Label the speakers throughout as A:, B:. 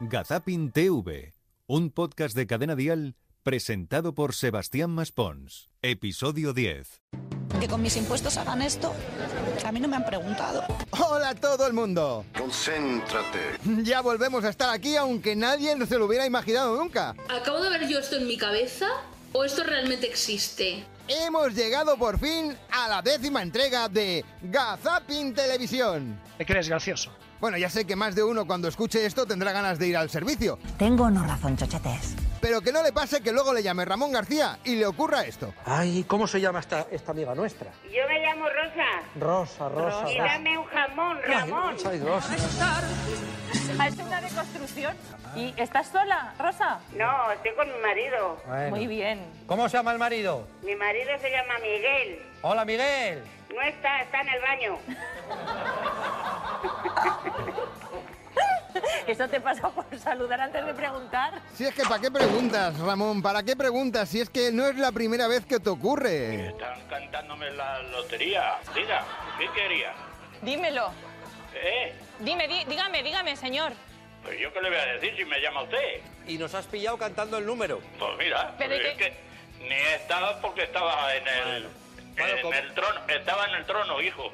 A: Gazapin TV, un podcast de Cadena Dial presentado por Sebastián Maspons. Episodio 10.
B: que con mis impuestos hagan esto, a mí no me han preguntado.
C: Hola a todo el mundo.
D: Concéntrate.
C: Ya volvemos a estar aquí aunque nadie se lo hubiera imaginado nunca.
E: ¿Acabo de ver yo esto en mi cabeza? ¿O esto realmente existe?
C: Hemos llegado por fin a la décima entrega de Gazapin Televisión.
F: Te crees gracioso.
C: Bueno, ya sé que más de uno cuando escuche esto tendrá ganas de ir al servicio,
B: Tengo no razón, chochetes.
C: pero que no le pase que luego le llame Ramón García y le ocurra esto.
G: Ay, ¿cómo se llama esta, esta amiga nuestra?
H: Yo me llamo Rosa.
G: Rosa, Rosa.
H: Y dame un jamón,
G: Ay,
H: Ramón.
G: Rosa y Rosa.
I: ¿Has hecho una reconstrucción? ¿Y estás sola, Rosa?
H: No, estoy con mi marido.
G: Bueno.
I: Muy bien.
G: ¿Cómo se llama el marido?
H: Mi marido se llama Miguel.
G: Hola, Miguel.
H: No está, está en el baño.
I: Eso te pasa por saludar antes de preguntar.
C: Si es que ¿para qué preguntas, Ramón? ¿Para qué preguntas? Si es que no es la primera vez que te ocurre.
J: Están cantándome la lotería. Diga, ¿qué quería?
I: Dímelo.
J: ¿Eh?
I: Dime, di- dígame, dígame, señor.
J: Pues yo qué le voy a decir si me llama usted.
G: Y nos has pillado cantando el número.
J: Pues mira,
I: Pero
J: pues
I: ¿y
J: es
I: qué?
J: que ni estaba porque estaba en el.
G: Bueno, Ah.
J: en
G: como-
J: el trono, estaba en el trono, hijo.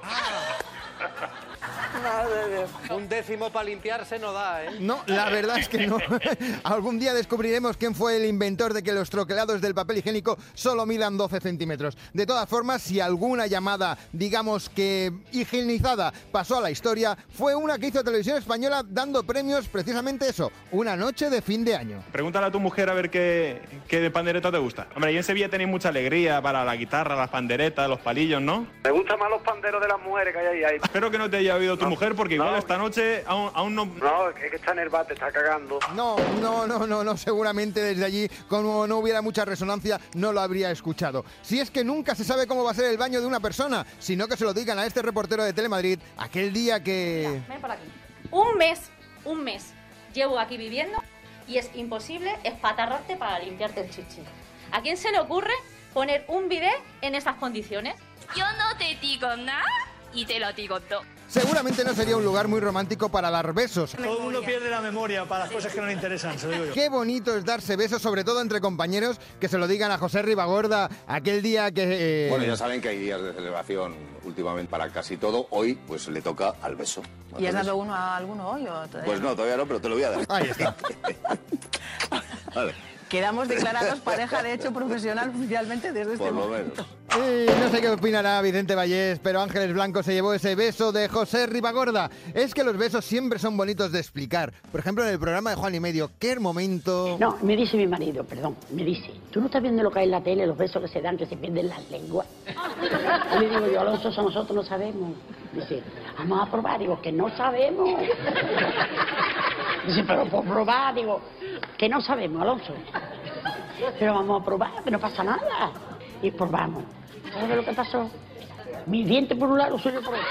G: Un décimo para limpiarse no da, ¿eh?
C: No, la verdad es que no. Algún día descubriremos quién fue el inventor de que los troquelados del papel higiénico solo midan 12 centímetros. De todas formas, si alguna llamada, digamos que higienizada, pasó a la historia, fue una que hizo Televisión Española dando premios precisamente eso, una noche de fin de año.
J: Pregúntale a tu mujer a ver qué, qué pandereta te gusta. Hombre, y en Sevilla tenéis mucha alegría para la guitarra, las panderetas, los palillos, ¿no?
D: Me gustan más los panderos de las mujeres que hay ahí. ahí.
J: Espero que no te haya oído tu mujer porque igual
D: no.
J: esta noche aún, aún no...
D: No, es que está en el bate, está cagando.
C: No, no, no, no, no, seguramente desde allí, como no hubiera mucha resonancia, no lo habría escuchado. Si es que nunca se sabe cómo va a ser el baño de una persona, sino que se lo digan a este reportero de Telemadrid aquel día que...
I: Ven por aquí. Un mes, un mes llevo aquí viviendo y es imposible espatarrarte para limpiarte el chichi. ¿A quién se le ocurre poner un bidet en esas condiciones? Yo no te digo nada y te lo digo todo.
C: Seguramente no sería un lugar muy romántico para dar besos.
F: Todo el mundo pierde la memoria para las cosas que no le interesan, se lo digo yo.
C: Qué bonito es darse besos, sobre todo entre compañeros, que se lo digan a José Ribagorda aquel día que... eh,
K: Bueno, ya saben que hay días de celebración últimamente para casi todo. Hoy, pues le toca al beso.
I: ¿Y has
K: Entonces,
I: dado uno a alguno hoy? o todavía
K: Pues
I: no?
K: no, todavía no, pero te lo voy a dar.
C: Ahí está.
K: Vale,
I: Quedamos declarados pareja de hecho profesional oficialmente desde este
K: por lo
I: momento.
K: menos.
C: Eh, no sé qué opinará Vicente Vallés, pero Ángeles Blanco se llevó ese beso de José Ribagorda. Es que los besos siempre son bonitos de explicar. Por ejemplo, en el programa de Juan y Medio, qué momento...
H: No, me dice mi marido, perdón, me dice, ¿tú no estás viendo lo que hay en la tele, los besos que se dan, que se pierden las lenguas? Y le digo yo, Alonso, eso nosotros no sabemos. Dice, vamos a probar, digo, que no sabemos. Dice, pero por probar, digo, que no sabemos, Alonso. Pero vamos a probar, que no pasa nada. Y probamos. ¿Sabes lo que pasó? Mi diente por un lado, suyo por otro.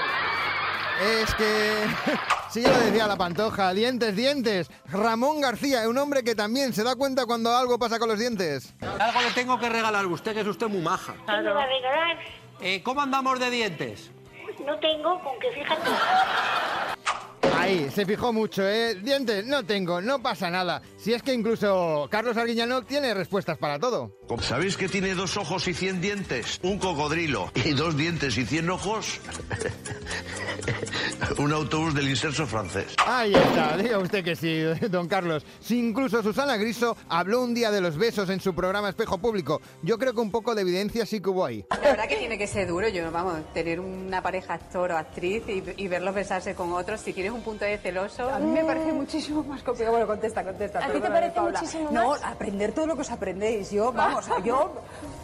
C: Es que... Si yo lo decía la pantoja, dientes, dientes. Ramón García, un hombre que también se da cuenta cuando algo pasa con los dientes.
G: Algo le tengo que regalar a usted, que es usted muy maja.
H: ¿Qué me va a regalar?
G: Eh, ¿Cómo andamos de dientes?
H: No tengo con que fíjate.
C: Ahí, se fijó mucho, ¿eh? Dientes, no tengo, no pasa nada. Si es que incluso Carlos Arguiñano tiene respuestas para todo.
D: ¿Sabéis que tiene dos ojos y cien dientes? Un cocodrilo y dos dientes y cien ojos. Un autobús del inserso francés.
C: Ahí está, diga usted que sí, don Carlos. Si incluso Susana Griso habló un día de los besos en su programa Espejo Público, yo creo que un poco de evidencia sí que hubo ahí.
I: La verdad que tiene que ser duro, yo vamos, tener una pareja actor o actriz y, y verlos besarse con otros, si tienes un punto de celoso. A mí me parece muchísimo más complicado. Bueno, contesta, contesta. ¿A ti te parece muchísimo más? No, aprender todo lo que os aprendéis. Eh, Yo, vamos, yo...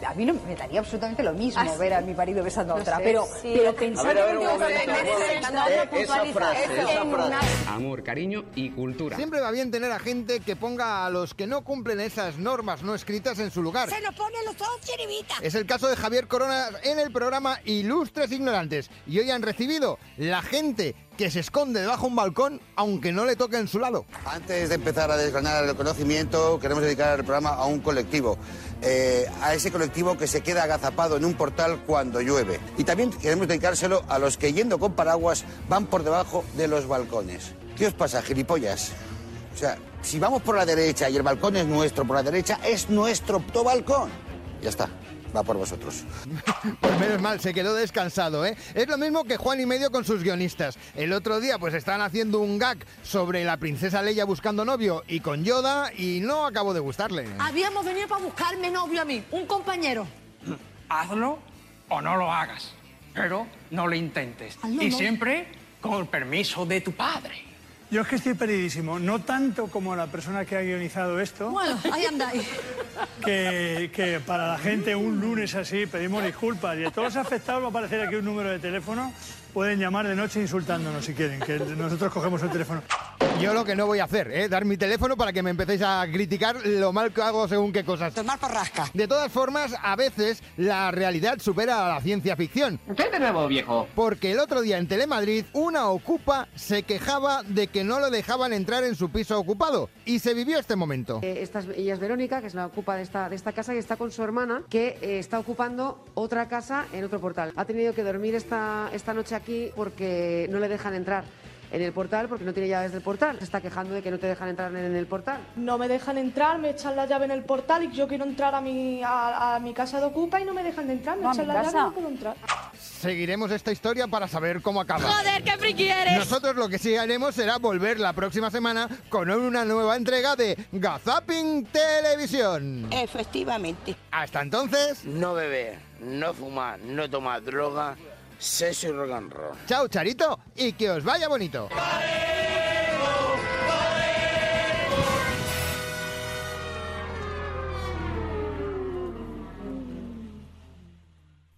I: A mí no me daría absolutamente lo mismo ver a mi marido besando a otra, pero, pero pensar
G: A ver, a ver,
I: en
G: un
I: otra
G: momento,
I: persona,
G: un
I: besando a
G: momento.
I: otra,
G: Eh,
I: puntualiza
G: esa frase,
I: eso
G: esa
I: en
G: frase.
I: una-
G: Amor, cariño y cultura.
C: Siempre va bien tener a gente que ponga a los que no cumplen esas normas no escritas en su lugar.
B: nos ponen los ojos chiribita.
C: Es el caso de Javier Corona en el programa Ilustres Ignorantes. Y hoy han recibido la gente que se esconde debajo de un balcón aunque no le toque en su lado.
K: Antes de empezar a desgranar el conocimiento, queremos dedicar el programa a un colectivo. a ese colectivo.
L: colectivo que se queda agazapado en un portal cuando llueve. Y también queremos dedicárselo a los que yendo con paraguas van por debajo de los balcones. ¿Qué os pasa, gilipollas? O sea, si vamos por la derecha y el balcón es nuestro por la derecha, es nuestro puto balcón. Ya está, va por vosotros.
C: Pues menos mal, se quedó descansado, ¿eh? Es lo mismo que Juan y medio con sus guionistas. El otro día, pues estaban haciendo un gag sobre la princesa Leia buscando novio y con Yoda y no acabo de gustarle.
B: Ah.
I: Habíamos venido para buscarme novio a mí, un compañero.
G: Hazlo o no lo hagas, pero no lo intentes.
I: Hazlo,
G: y
I: no.
G: siempre con el permiso de tu padre.
M: Yo es que estoy perdidísimo, no tanto como la persona que ha guionizado esto.
I: Bueno, ahí andáis.
M: que, que para la gente un lunes así pedimos disculpas y a todos los afectados va a aparecer aquí un número de teléfono. Pueden llamar de noche insultándonos si quieren, que nosotros cogemos el teléfono.
C: Yo lo que no voy a hacer, ¿eh? dar mi teléfono para que me empecéis a criticar lo mal que hago según qué cosas. Tomar por rasca. De todas formas, a veces la realidad supera a la ciencia ficción.
N: ¿Qué de nuevo, viejo?
C: Porque el otro día en Telemadrid, una ocupa se quejaba de que no lo dejaban entrar en su piso ocupado. Y se vivió este momento.
H: Eh, esta es- ella es Verónica, que es la ocupa de esta, de esta casa y está con su hermana, que eh, está ocupando otra casa en otro portal. Ha tenido que dormir esta, esta noche aquí porque no le dejan entrar en el portal porque no tiene llaves del portal. Se está quejando de que no te dejan entrar en el portal.
O: No me dejan entrar, me echan la llave en el portal y yo quiero entrar a mi, a, a mi casa de Ocupa y no me dejan de entrar, me
C: No, a
O: echan la
C: mi
O: llave
C: casa.
O: y no puedo entrar.
C: Seguiremos esta historia para saber cómo acaba.
O: Joder, qué friki
I: eres.
C: Nosotros lo que sí haremos será volver la próxima semana con una nueva entrega de Gazaping Televisión. Efectivamente. Hasta entonces.
P: No beber, no fumar, no tomar droga, sexo y rock and roll.
C: Chao, Charito, y que os vaya bonito.